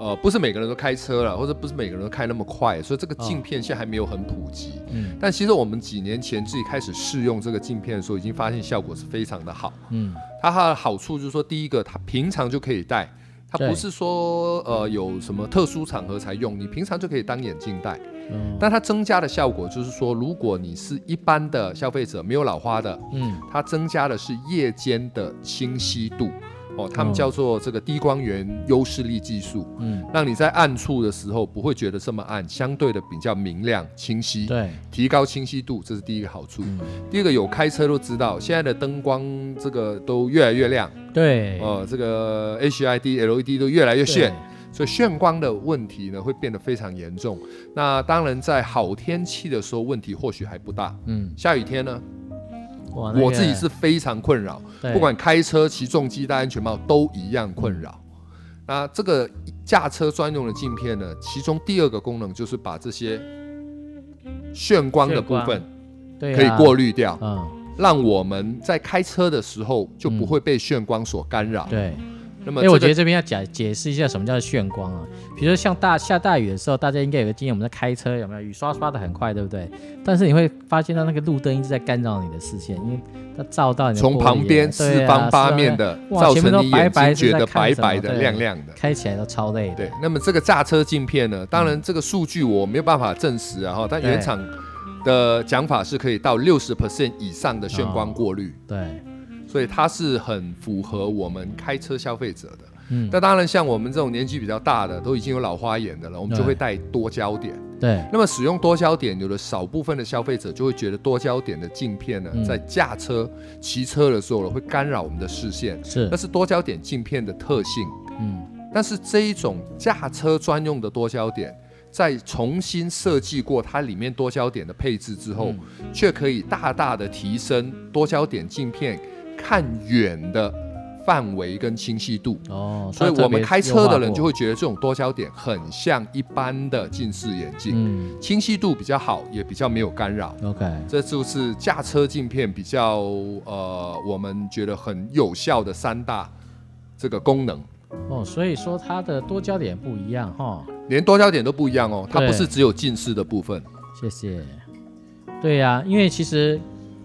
[SPEAKER 3] 呃，不是每个人都开车了，或者不是每个人都开那么快，所以这个镜片现在还没有很普及。
[SPEAKER 1] 嗯
[SPEAKER 3] 但其实我们几年前自己开始试用这个镜片的时候，已经发现效果是非常的好。
[SPEAKER 1] 嗯，
[SPEAKER 3] 它它的好处就是说，第一个，它平常就可以戴，它
[SPEAKER 1] 对
[SPEAKER 3] 不是说呃有什么特殊场合才用，你平常就可以当眼镜戴。
[SPEAKER 1] 嗯
[SPEAKER 3] 但它增加的效果就是说，如果你是一般的消费者，没有老花的，
[SPEAKER 1] 嗯，
[SPEAKER 3] 它增加的是夜间的清晰度。哦，他
[SPEAKER 1] 嗯
[SPEAKER 3] 们叫做这个低光源优势力技术，
[SPEAKER 1] 嗯，
[SPEAKER 3] 让你在暗处的时候不会觉得这么暗，相对的比较明亮清晰。
[SPEAKER 1] 对，嗯
[SPEAKER 3] 提高清晰度，这是第一个好处。第二个有开车都知道，现在的灯光这个都越来越亮，
[SPEAKER 1] 对，
[SPEAKER 3] 呃，这个 HID、LED E 都越来越炫
[SPEAKER 1] 对，，
[SPEAKER 3] 所以眩光的问题呢会变得非常严重。那当然，在好天气的时候问题或许还不大，
[SPEAKER 1] 嗯，
[SPEAKER 3] 下雨天呢，
[SPEAKER 1] 哇，哦那
[SPEAKER 3] 我
[SPEAKER 1] 个
[SPEAKER 3] 自己是非常困扰，
[SPEAKER 1] 对
[SPEAKER 3] 不管开车、骑重机、戴安全帽都一样困扰。那这个驾车专用的镜片呢，其中第二个功能就是把这些眩光的部
[SPEAKER 1] 眩
[SPEAKER 3] 分
[SPEAKER 1] 光对
[SPEAKER 3] 可以
[SPEAKER 1] 啊
[SPEAKER 3] 过滤掉，
[SPEAKER 1] 嗯，
[SPEAKER 3] 让我们在开车的时候就不会被眩光所干扰。
[SPEAKER 1] 对。
[SPEAKER 3] 那么、
[SPEAKER 1] 哎、
[SPEAKER 3] 这个
[SPEAKER 1] 我觉得这边要解解释一下什么叫炫光啊。比如说像大下大雨的时候，大家应该有个经验，我们在开车有没有雨刷刷的很快，对不对？但是你会发现到那个路灯一直在干扰你的视线，因为它照到你的
[SPEAKER 3] 从
[SPEAKER 1] 玻璃啊
[SPEAKER 3] 旁边四方八面，
[SPEAKER 1] 对啊
[SPEAKER 3] 的，
[SPEAKER 1] 哇
[SPEAKER 3] 造
[SPEAKER 1] 前面都
[SPEAKER 3] 成你眼睛觉得白
[SPEAKER 1] 白白
[SPEAKER 3] 白
[SPEAKER 1] 是在看什么
[SPEAKER 3] 的、
[SPEAKER 1] 对
[SPEAKER 3] 亮亮的
[SPEAKER 1] 是啊。开起来都超累的。
[SPEAKER 3] 对，那么这个驾车镜片呢？当然，这个数据我没有办法证实啊哈，但
[SPEAKER 1] 嗯对
[SPEAKER 3] 原厂的讲法是可以到六十 percent 以上的眩
[SPEAKER 1] 哦
[SPEAKER 3] 光过滤，
[SPEAKER 1] 对，
[SPEAKER 3] 所以它是很符合我们开车消费者的。
[SPEAKER 1] 嗯，
[SPEAKER 3] 那当然，像我们这种年纪比较大的，都已经有老花眼的了，我们就
[SPEAKER 1] 对
[SPEAKER 3] 会戴多焦点。
[SPEAKER 1] 对，
[SPEAKER 3] 那么使用多焦点，有的少部分的消费者就会觉得多焦点的镜片呢，
[SPEAKER 1] 嗯
[SPEAKER 3] 在驾车、骑车的时候呢，会干扰我们的视线，
[SPEAKER 1] 是
[SPEAKER 3] 那，是多焦点镜片的特性。
[SPEAKER 1] 嗯，
[SPEAKER 3] 但是这一种驾车专用的多焦点，在重新设计过它里面多焦点的配置之后，
[SPEAKER 1] 嗯
[SPEAKER 3] 却可以大大的提升多焦点镜片看远的范围跟清晰度。
[SPEAKER 1] 哦，
[SPEAKER 3] 所以
[SPEAKER 1] 它特
[SPEAKER 3] 我们
[SPEAKER 1] 别
[SPEAKER 3] 开
[SPEAKER 1] 优
[SPEAKER 3] 车
[SPEAKER 1] 化
[SPEAKER 3] 的人
[SPEAKER 1] 过
[SPEAKER 3] 就会觉得这种多焦点很像一般的近视眼镜，
[SPEAKER 1] 嗯
[SPEAKER 3] 清晰度比较好，也比较没有干扰。
[SPEAKER 1] ，OK，
[SPEAKER 3] 这就是驾车镜片比较呃，我们觉得很有效的三大这个功能，
[SPEAKER 1] 哦，所以说它的多焦点不一样哈，
[SPEAKER 3] 连多焦点都不一样哦，它
[SPEAKER 1] 对
[SPEAKER 3] 不是只有近视的部分。
[SPEAKER 1] 谢谢。对呀、因为其实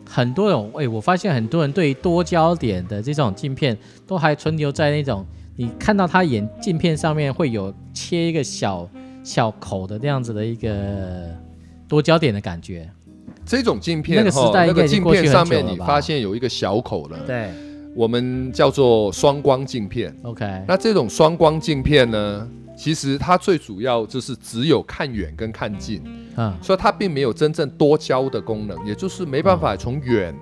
[SPEAKER 1] 很多人，哎、我发现很多人对于多焦点的这种镜片都还存留在那种你看到它眼镜片上面会有切一个小小口的那样子的一个多焦点的感觉。
[SPEAKER 3] 这种镜片
[SPEAKER 1] 那个时
[SPEAKER 3] 齁
[SPEAKER 1] 代
[SPEAKER 3] 那
[SPEAKER 1] 应该
[SPEAKER 3] 个
[SPEAKER 1] 已经
[SPEAKER 3] 镜
[SPEAKER 1] 过去
[SPEAKER 3] 片
[SPEAKER 1] 很
[SPEAKER 3] 上
[SPEAKER 1] 久
[SPEAKER 3] 面
[SPEAKER 1] 了
[SPEAKER 3] 你
[SPEAKER 1] 吧
[SPEAKER 3] 发现有一个小口了，
[SPEAKER 1] 对
[SPEAKER 3] 我们叫做双光镜片。
[SPEAKER 1] ，OK，
[SPEAKER 3] 那这种双光镜片呢，其实它最主要就是只有看远跟看近，
[SPEAKER 1] 嗯，
[SPEAKER 3] 所以它并没有真正多焦的功能，也就是没办法从远、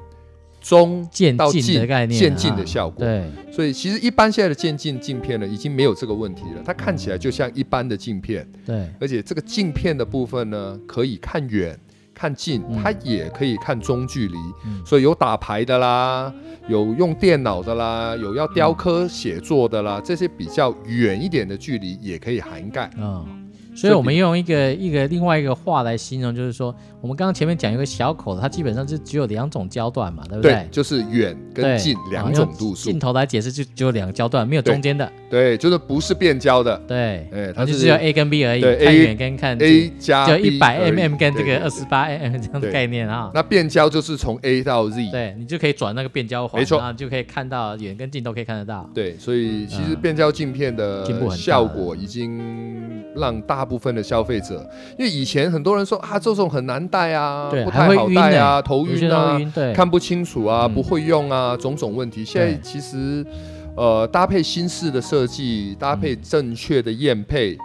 [SPEAKER 3] 中
[SPEAKER 1] 渐
[SPEAKER 3] 到
[SPEAKER 1] 进的概念啊，
[SPEAKER 3] 渐进的效果。
[SPEAKER 1] 对，
[SPEAKER 3] 所以其实一般现在的渐进镜片呢，已经没有这个问题了，它看起来就像一般的镜片，
[SPEAKER 1] 对，
[SPEAKER 3] 而且这个镜片的部分呢，可以看远。看近，
[SPEAKER 1] 嗯
[SPEAKER 3] 它也可以看中距离，
[SPEAKER 1] 嗯
[SPEAKER 3] 所以有打牌的啦，有用电脑的啦，有要雕刻写作的啦，这些比较远一点的距离也可以涵盖。
[SPEAKER 1] 嗯，所
[SPEAKER 3] 所
[SPEAKER 1] 以
[SPEAKER 3] 以
[SPEAKER 1] 我们用一个一个另外一个话来形容，就是说，我们刚刚前面讲一个小口的，它基本上就只有两种焦段嘛，对不嗯对？
[SPEAKER 3] 就是远跟
[SPEAKER 1] 对
[SPEAKER 3] 近两
[SPEAKER 1] 啊
[SPEAKER 3] 种
[SPEAKER 1] 用
[SPEAKER 3] 度数
[SPEAKER 1] 镜，头来解释就只有两个焦段，没有
[SPEAKER 3] 对
[SPEAKER 1] 中间的，
[SPEAKER 3] 对，就是不是变焦的，
[SPEAKER 1] 对，
[SPEAKER 3] 哎，
[SPEAKER 1] 它
[SPEAKER 3] 它
[SPEAKER 1] 就是只有 A 跟 B 而已，
[SPEAKER 3] 对
[SPEAKER 1] 看
[SPEAKER 3] A-
[SPEAKER 1] 远跟看近，
[SPEAKER 3] A 加
[SPEAKER 1] 就
[SPEAKER 3] B
[SPEAKER 1] 一百
[SPEAKER 3] 而已
[SPEAKER 1] mm 跟这
[SPEAKER 3] 对
[SPEAKER 1] 个
[SPEAKER 3] 对
[SPEAKER 1] 二十八 mm 这样的
[SPEAKER 3] 对
[SPEAKER 1] 概念啊。
[SPEAKER 3] 那变焦就是从 A 到 Z，
[SPEAKER 1] 对你就可以转那个变焦环，
[SPEAKER 3] 没错
[SPEAKER 1] 然后就可以看到远跟近都可以看得到。
[SPEAKER 3] 对，所以其实
[SPEAKER 1] 嗯
[SPEAKER 3] 变焦镜片的
[SPEAKER 1] 进步很大
[SPEAKER 3] 效果已经让大部分的消费者，因为以前很多人说啊，这种很难戴啊，
[SPEAKER 1] 对，
[SPEAKER 3] 不
[SPEAKER 1] 还
[SPEAKER 3] 太
[SPEAKER 1] 会
[SPEAKER 3] 好
[SPEAKER 1] 晕
[SPEAKER 3] 戴啊，
[SPEAKER 1] 欸
[SPEAKER 3] 头
[SPEAKER 1] 有些
[SPEAKER 3] 晕
[SPEAKER 1] 人会
[SPEAKER 3] 啊，
[SPEAKER 1] 晕，对，
[SPEAKER 3] 看不清楚啊，
[SPEAKER 1] 嗯
[SPEAKER 3] 不会用啊，种种问题。现在
[SPEAKER 1] 对
[SPEAKER 3] 其实呃，搭配新式的设计，搭配正确的验配。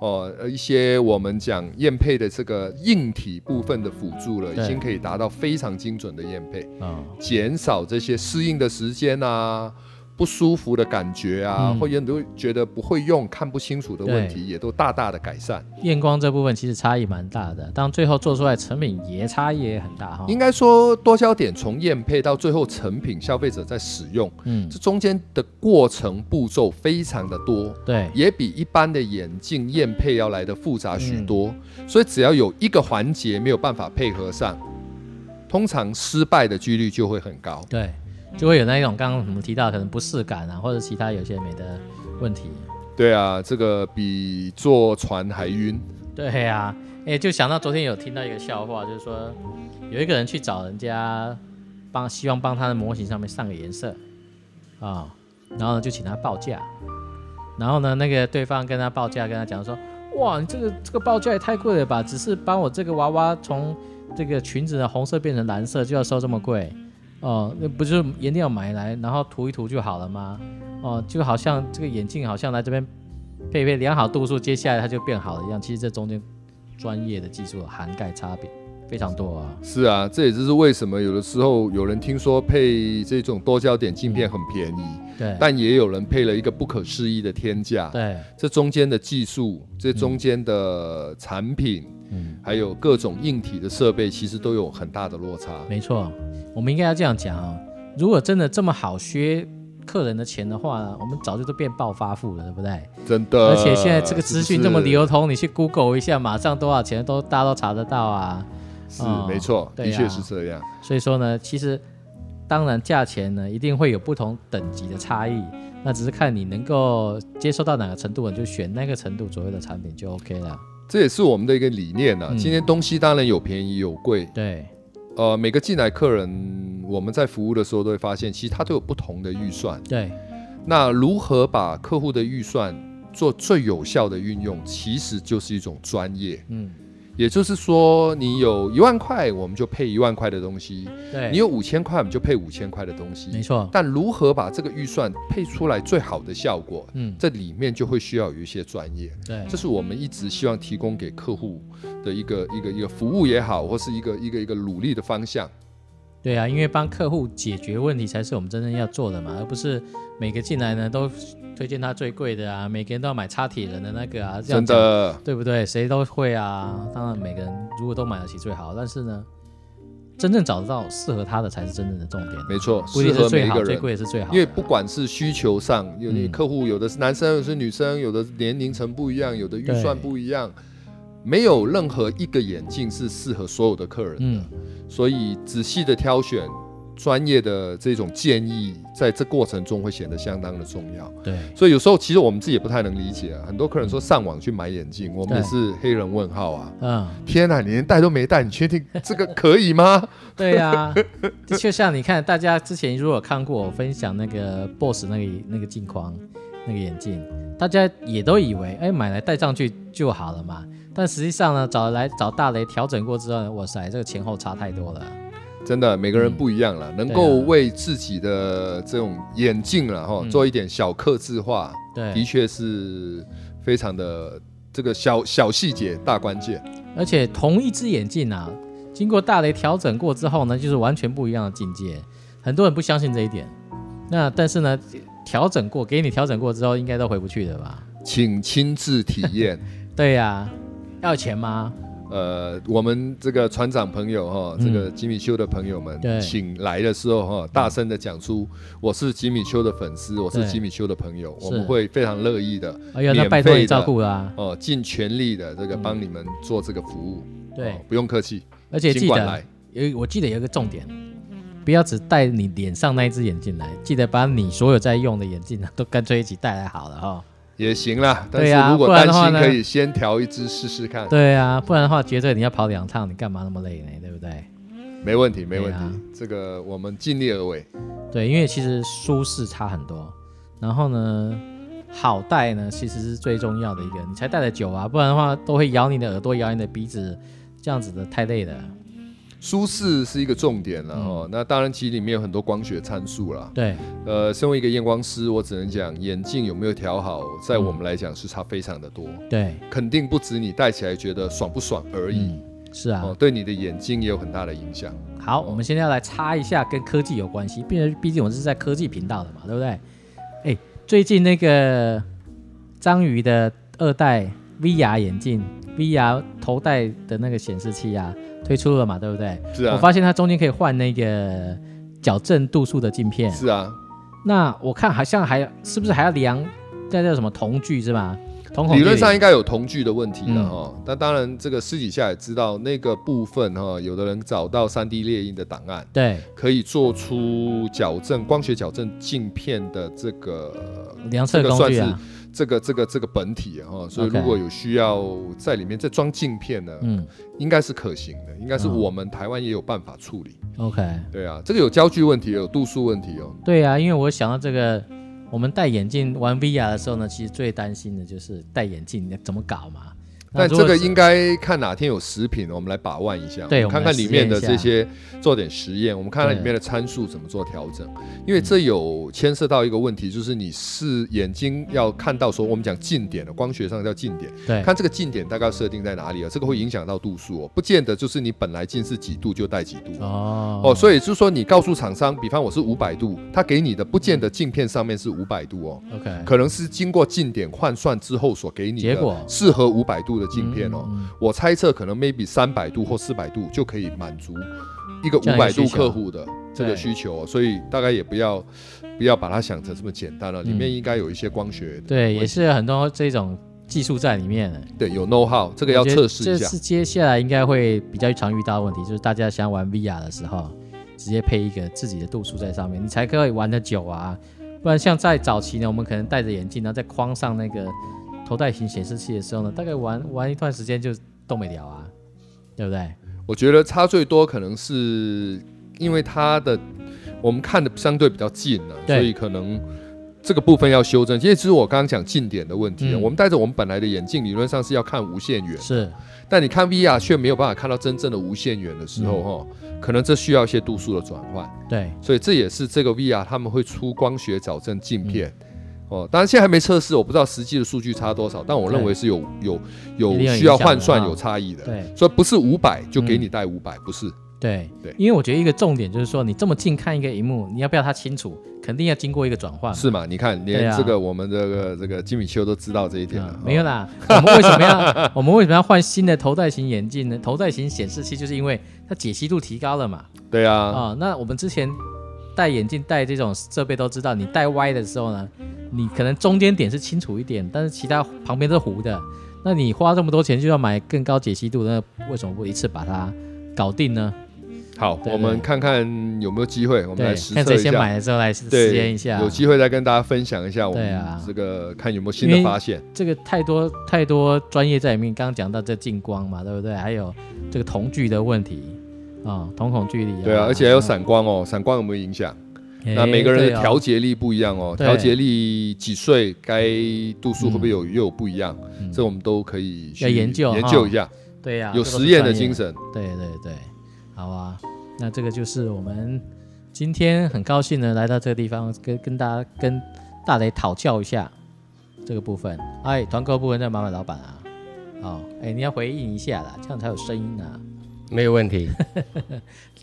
[SPEAKER 3] 哦，呃一些我们讲验配的这个硬体部分的辅助了，
[SPEAKER 1] 对
[SPEAKER 3] 已经可以达到非常精准的验配。
[SPEAKER 1] 嗯，
[SPEAKER 3] 减少这些适应的时间啊，不舒服的感觉啊，
[SPEAKER 1] 嗯
[SPEAKER 3] 或者你都觉得不会用、看不清楚的问题，也都大大的改善。
[SPEAKER 1] 验光这部分其实差异蛮大的，但最后做出来成品也差异也很大哈。
[SPEAKER 3] 应该说，多焦点从验配到最后成品，消费者在使用，
[SPEAKER 1] 嗯，
[SPEAKER 3] 这中间的过程步骤非常的多。
[SPEAKER 1] 对，
[SPEAKER 3] 也比一般的眼镜验配要来的复杂许多，所以只要有一个环节没有办法配合上，通常失败的几率就会很高。
[SPEAKER 1] 对，就会有那一种刚刚我们提到可能不适感啊，或者其他有些没的问题。
[SPEAKER 3] 对啊，这个比坐船还晕。
[SPEAKER 1] 对呀、啊，哎，就想到昨天有听到一个笑话，就是说有一个人去找人家帮，希望帮他的模型上面上个颜色啊、然后呢就请他报价，然后呢那个对方跟他报价，跟他讲说，哇，你这个这个报价也太贵了吧，只是帮我这个娃娃从这个裙子的红色变成蓝色就要收这么贵，哦，那不就是颜料买来然后涂一涂就好了吗？哦，就好像这个眼镜好像来这边配备良好度数，接下来它就变好了一样。其实这中间专业的技术涵盖差别非常多啊。
[SPEAKER 3] 是啊，这也就是为什么有的时候有人听说配这种多焦点镜片很便宜，
[SPEAKER 1] 对
[SPEAKER 3] 但也有人配了一个不可思议的天价。
[SPEAKER 1] 对，
[SPEAKER 3] 这中间的技术，这中间的产品，
[SPEAKER 1] 嗯，
[SPEAKER 3] 还有各种硬体的设备，其实都有很大的落差。
[SPEAKER 1] 没错，我们应该要这样讲啊、如果真的这么好削客人的钱的话，我们早就都变暴发户了，对不对？
[SPEAKER 3] 真的，
[SPEAKER 1] 而且现在这个资
[SPEAKER 3] 是
[SPEAKER 1] 讯
[SPEAKER 3] 不
[SPEAKER 1] 这
[SPEAKER 3] 呃是
[SPEAKER 1] 么流通，你去 Google 一下，马上多少钱都大家都查得到啊。
[SPEAKER 3] 是
[SPEAKER 1] 哦
[SPEAKER 3] 没错，
[SPEAKER 1] 对
[SPEAKER 3] 的
[SPEAKER 1] 啊
[SPEAKER 3] 确是这样。
[SPEAKER 1] 所以说呢，其实当然价钱呢一定会有不同等级的差异，那只是看你能够接受到哪个程度，你就选那个程度左右的产品就 OK 了。
[SPEAKER 3] 这也是我们的一个理念啊。
[SPEAKER 1] 嗯
[SPEAKER 3] 今天东西当然有便宜有贵，
[SPEAKER 1] 对，
[SPEAKER 3] 呃，每个进来客人，我们在服务的时候都会发现，其实他都有不同的预算。
[SPEAKER 1] 对，
[SPEAKER 3] 那如何把客户的预算做最有效的运用，其实就是一种专业。
[SPEAKER 1] 嗯，
[SPEAKER 3] 也就是说，你有一万块，我们就配一万块的东西；
[SPEAKER 1] 对，
[SPEAKER 3] 你有五千块，我们就配五千块的东
[SPEAKER 1] 没
[SPEAKER 3] 西。
[SPEAKER 1] 错，
[SPEAKER 3] 但如何把这个预算配出来最好的效果，
[SPEAKER 1] 嗯，
[SPEAKER 3] 这里面就会需要有一些专业。
[SPEAKER 1] 对，
[SPEAKER 3] 这是我们一直希望提供给客户的一个一个一个服务也好，或是一个一个一个努力的方向。
[SPEAKER 1] 对啊，因为帮客户解决问题才是我们真正要做的嘛，而不是每个进来呢都推荐他最贵的啊，每个人都要买擦铁人的那个啊，这样
[SPEAKER 3] 真
[SPEAKER 1] 讲
[SPEAKER 3] 的，
[SPEAKER 1] 对不对？谁都会啊。当然，每个人如果都买得起最好，但是呢，真正找得到适合他的才是真正的重点，
[SPEAKER 3] 没错，
[SPEAKER 1] 不一定
[SPEAKER 3] 适
[SPEAKER 1] 是
[SPEAKER 3] 合每
[SPEAKER 1] 最
[SPEAKER 3] 一
[SPEAKER 1] 好，
[SPEAKER 3] 个
[SPEAKER 1] 最
[SPEAKER 3] 人。
[SPEAKER 1] 贵也是最好的，
[SPEAKER 3] 因为不管是需求上，有你
[SPEAKER 1] 嗯
[SPEAKER 3] 客户有的是男生，有的是女生，有的年龄层不一样，有的预
[SPEAKER 1] 对
[SPEAKER 3] 算不一样，没有任何一个眼镜是适合所有的客人的。
[SPEAKER 1] 嗯
[SPEAKER 3] 所以仔细的挑选，专业的这种建议，在这过程中会显得相当的重要。
[SPEAKER 1] 对
[SPEAKER 3] 所以有时候其实我们自己也不太能理解啊，很多客人说上网去买眼镜，我们也
[SPEAKER 1] 对
[SPEAKER 3] 是黑人问号啊。
[SPEAKER 1] 嗯
[SPEAKER 3] 天哪，你连戴都没戴，你确定这个可以吗？
[SPEAKER 1] 对呀、 就像你看，大家之前如果有看过我分享那个 BOSS 那个那个镜框那个眼镜，大家也都以为哎买来戴上去就好了嘛，但实际上呢，找来找大雷调整过之后呢，哇塞，这个前后差太多了。
[SPEAKER 3] 真的，每个人不一样了，能够
[SPEAKER 1] 嗯对啊
[SPEAKER 3] 为自己的这种眼镜了哈，
[SPEAKER 1] 嗯
[SPEAKER 3] 做一点小克制化，的
[SPEAKER 1] 对，
[SPEAKER 3] 确是非常的这个小小细节大关键。
[SPEAKER 1] 而且同一只眼镜啊，经过大雷调整过之后呢，就是完全不一样的境界。很多人不相信这一点，那但是呢，调整过给你调整过之后，应该都回不去的吧？
[SPEAKER 3] 请亲自体 验。
[SPEAKER 1] 对呀、要钱吗？
[SPEAKER 3] 呃，我们这个船长朋友哈，这个吉米修的朋友们，
[SPEAKER 1] 嗯对嗯
[SPEAKER 3] 请来的时候哈，大声的讲出我是吉米修的粉丝，我是
[SPEAKER 1] 对
[SPEAKER 3] 吉米修的朋友，
[SPEAKER 1] 是
[SPEAKER 3] 我们会非常乐意的
[SPEAKER 1] 哎呀，那
[SPEAKER 3] 免
[SPEAKER 1] 拜托
[SPEAKER 3] 费
[SPEAKER 1] 你
[SPEAKER 3] 的
[SPEAKER 1] 照顾啦、
[SPEAKER 3] 哦，尽全力的这个帮你们做这个服务。
[SPEAKER 1] 对
[SPEAKER 3] 哦，不用客气，
[SPEAKER 1] 而且
[SPEAKER 3] 尽
[SPEAKER 1] 记
[SPEAKER 3] 管来
[SPEAKER 1] 得。有，我记得有一个重点，不要只戴你脸上那一只眼镜来，记得把你所有在用的眼镜呢都干脆一起带来好了哈、
[SPEAKER 3] 也行啦，但
[SPEAKER 1] 对
[SPEAKER 3] 是
[SPEAKER 1] 呀
[SPEAKER 3] 如
[SPEAKER 1] 不
[SPEAKER 3] 果
[SPEAKER 1] 然
[SPEAKER 3] 担
[SPEAKER 1] 的话
[SPEAKER 3] 心，
[SPEAKER 1] 呢
[SPEAKER 3] 可以先调一支试试看，
[SPEAKER 1] 对啊，不然的话，绝对你要跑两趟，你干嘛那么累呢？对不对？
[SPEAKER 3] 没问题，没
[SPEAKER 1] 对
[SPEAKER 3] 问
[SPEAKER 1] 啊
[SPEAKER 3] 题。这个我们尽力而为，
[SPEAKER 1] 对，因为其实舒适差很多，然后呢，好戴呢其实是最重要的一个，你才戴得久啊，不然的话都会咬你的耳朵，咬你的鼻子，这样子的太累了。
[SPEAKER 3] 舒适是一个重点
[SPEAKER 1] 嗯
[SPEAKER 3] 了哦。那当然，其实里面有很多光学参数啦，
[SPEAKER 1] 对，
[SPEAKER 3] 呃，身为一个验光师，我只能讲眼镜有没有调好，在我们来讲是差非常的多，
[SPEAKER 1] 对，
[SPEAKER 3] 肯定不止你戴起来觉得爽不爽而已。
[SPEAKER 1] 嗯，是啊。
[SPEAKER 3] 哦，对你的眼睛也有很大的影响。
[SPEAKER 1] 好，我们现在要来插一下跟科技有关系，毕竟毕竟我们是在科技频道的嘛，对不对？哎，最近那个章鱼的二代 VR 眼镜，VR 头戴的那个显示器啊，推出了嘛，对不对？
[SPEAKER 3] 是啊
[SPEAKER 1] 我，发现它中间可以换那个矫正度数的镜片，
[SPEAKER 3] 是啊，
[SPEAKER 1] 那我看好像还是不是还要量那叫什么瞳距是吧？瞳孔
[SPEAKER 3] 理论
[SPEAKER 1] 距离
[SPEAKER 3] 上应该有瞳距的问题了
[SPEAKER 1] 嗯
[SPEAKER 3] 哈。但当然，这个私底下也知道那个部分哈，有的人找到 3D 列印的档案，
[SPEAKER 1] 对
[SPEAKER 3] 可以做出矫正光学矫正镜片的这个
[SPEAKER 1] 量测工具
[SPEAKER 3] 这个
[SPEAKER 1] 啊
[SPEAKER 3] 算，这个这个这个本体啊哈。所以如
[SPEAKER 1] OK
[SPEAKER 3] 果有需要在里面再装镜片呢，
[SPEAKER 1] 嗯
[SPEAKER 3] 应该是可行的，应该是
[SPEAKER 1] 嗯
[SPEAKER 3] 我们台湾也有办法处理。
[SPEAKER 1] ，OK。
[SPEAKER 3] 对啊，这个有焦距问题，有度数问题哦。
[SPEAKER 1] 对啊，因为我想到这个，我们戴眼镜玩 VR 的时候呢，其实最担心的就是戴眼镜你怎么搞嘛。那
[SPEAKER 3] 但
[SPEAKER 1] 如
[SPEAKER 3] 这
[SPEAKER 1] 果
[SPEAKER 3] 个
[SPEAKER 1] 是
[SPEAKER 3] 应该看哪天有食品，我们来把玩一下，
[SPEAKER 1] 对
[SPEAKER 3] 我们看
[SPEAKER 1] 我们来
[SPEAKER 3] 看
[SPEAKER 1] 实
[SPEAKER 3] 里面的
[SPEAKER 1] 验一
[SPEAKER 3] 这
[SPEAKER 1] 下
[SPEAKER 3] 些，做点实验，我们看看
[SPEAKER 1] 对
[SPEAKER 3] 里面的参数怎么做调整。因为这有牵涉到一个问题，就是你是眼睛要看到说我们讲近点的光学上叫近点，
[SPEAKER 1] 对
[SPEAKER 3] 看这个近点大概设定在哪里啊？这个会影响到度数哦，不见得就是你本来近视几度就戴几度。
[SPEAKER 1] 哦
[SPEAKER 3] 哦，所以就是说，你告诉厂商，比方我是五百度，他给你的不见得镜片上面是五百度哦，
[SPEAKER 1] 以 OK
[SPEAKER 3] 可能是经过近点换算之后所给你
[SPEAKER 1] 哎结果
[SPEAKER 3] 的适合五百度的镜片哦。
[SPEAKER 1] 嗯
[SPEAKER 3] 我猜测可能 maybe 三百度或四百度就可以满足一个
[SPEAKER 1] 这样
[SPEAKER 3] 五
[SPEAKER 1] 一个
[SPEAKER 3] 百
[SPEAKER 1] 需
[SPEAKER 3] 度
[SPEAKER 1] 求
[SPEAKER 3] 客户的这个需求哦、所以大概也不要不要把它想成这么简单了、里面应该有一些光学的
[SPEAKER 1] 嗯对，
[SPEAKER 3] 问
[SPEAKER 1] 也
[SPEAKER 3] 题
[SPEAKER 1] 是有很多这种技术在里面的。
[SPEAKER 3] 对有 know how 这个要
[SPEAKER 1] 我觉
[SPEAKER 3] 测
[SPEAKER 1] 得
[SPEAKER 3] 试一
[SPEAKER 1] 这
[SPEAKER 3] 下
[SPEAKER 1] 是接下来应该会比较常遇到的问题，就是大家想玩 VR 的时候，直接配一个自己的度数在上面，你才可以玩得久啊。不然像在早期呢，我们可能戴着眼镜，然后在框上那个头戴型显示器的时候呢，大概玩玩一段时间就动没了啊，对不对？
[SPEAKER 3] 我觉得差最多可能是因为它的我们看的相对比较近了、
[SPEAKER 1] 对
[SPEAKER 3] 所以可能这个部分要修正。因为其实我刚刚讲近点的问题啊、
[SPEAKER 1] 嗯
[SPEAKER 3] 我们戴着我们本来的眼镜，理论上是要看无限远，
[SPEAKER 1] 是，
[SPEAKER 3] 但你看 VR 却没有办法看到真正的无限远的时
[SPEAKER 1] 嗯
[SPEAKER 3] 候，哈、可能这需要一些度数的转换。
[SPEAKER 1] 对，
[SPEAKER 3] 所以这也是这个 VR 他们会出光学矫正镜片。
[SPEAKER 1] 嗯
[SPEAKER 3] 哦，当然现在还没测试，我不知道实际的数据差多少，但我认为是有有
[SPEAKER 1] 一定有
[SPEAKER 3] 有
[SPEAKER 1] 影
[SPEAKER 3] 需要
[SPEAKER 1] 响的
[SPEAKER 3] 换算
[SPEAKER 1] 哈
[SPEAKER 3] 有差异的。
[SPEAKER 1] 对嗯
[SPEAKER 3] 所以不是五百就给你带五百、不是，
[SPEAKER 1] 对
[SPEAKER 3] 对
[SPEAKER 1] 因为我觉得一个重点就是说，你这么近看一个荧幕，你要不要它清楚，肯定要经过一个转换嘛。
[SPEAKER 3] 是嘛？你看，
[SPEAKER 1] 对
[SPEAKER 3] 连
[SPEAKER 1] 啊
[SPEAKER 3] 这个我们这个这个金米秋都知道这一点了
[SPEAKER 1] 啊。
[SPEAKER 3] 哦
[SPEAKER 1] 没有啦，我们为什么 要我们为什么要换新的头戴型眼镜呢？头戴型显示器就是因为它解析度提高了嘛。
[SPEAKER 3] 对
[SPEAKER 1] 啊、
[SPEAKER 3] 啊，
[SPEAKER 1] 那我们之前戴眼镜戴这种设备都知道，你戴歪的时候呢，你可能中间点是清楚一点，但是其他旁边都是糊的。那你花这么多钱就要买更高解析度，那为什么不一次把它搞定呢？
[SPEAKER 3] 好，
[SPEAKER 1] 对对
[SPEAKER 3] 我们看看有没有机会，我们
[SPEAKER 1] 对
[SPEAKER 3] 来实，
[SPEAKER 1] 看
[SPEAKER 3] 测
[SPEAKER 1] 谁
[SPEAKER 3] 一
[SPEAKER 1] 先
[SPEAKER 3] 下。
[SPEAKER 1] 买了之后来实
[SPEAKER 3] 对，
[SPEAKER 1] 验一下。
[SPEAKER 3] 有机会再跟大家分享一下我
[SPEAKER 1] 对
[SPEAKER 3] 们
[SPEAKER 1] 啊
[SPEAKER 3] 这个看有没有新
[SPEAKER 1] 因
[SPEAKER 3] 的
[SPEAKER 1] 为
[SPEAKER 3] 发现。
[SPEAKER 1] 这个太多太多专业在里面，刚刚讲到这近光嘛，对不对？还有这个瞳距的问题啊、瞳孔距离、
[SPEAKER 3] 对啊，而且还有闪光哦，闪光有没有影响？
[SPEAKER 1] 哎
[SPEAKER 3] 那每个人
[SPEAKER 1] 对
[SPEAKER 3] 的
[SPEAKER 1] 哦
[SPEAKER 3] 调节力不一样哦，
[SPEAKER 1] 对
[SPEAKER 3] 调节力几岁该度数会不会有又有不一样？
[SPEAKER 1] 嗯
[SPEAKER 3] 这我们都可以去
[SPEAKER 1] 要研究
[SPEAKER 3] 研究一下，
[SPEAKER 1] 对呀、
[SPEAKER 3] 有
[SPEAKER 1] 这都是
[SPEAKER 3] 实验的
[SPEAKER 1] 专业
[SPEAKER 3] 精。神。
[SPEAKER 1] 对对对，好啊，那这个就是我们今天很高兴呢来到这个地方，跟跟大家跟大雷讨教一下这个部分。哎，团购部分再麻烦老板啊。哦，哎，你要回应一下啦，这样才有声音啊。
[SPEAKER 4] 没有问题。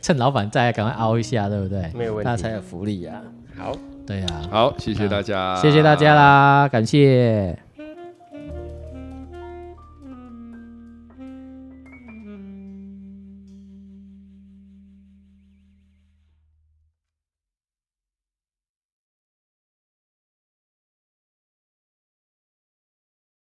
[SPEAKER 1] 趁老板在，赶快凹一下，对不对？
[SPEAKER 4] 没有问题
[SPEAKER 1] 大家才有福利呀、啊
[SPEAKER 4] 好。
[SPEAKER 1] 对呀、啊
[SPEAKER 3] 好，谢谢大家，
[SPEAKER 1] 谢谢大家啦，感谢。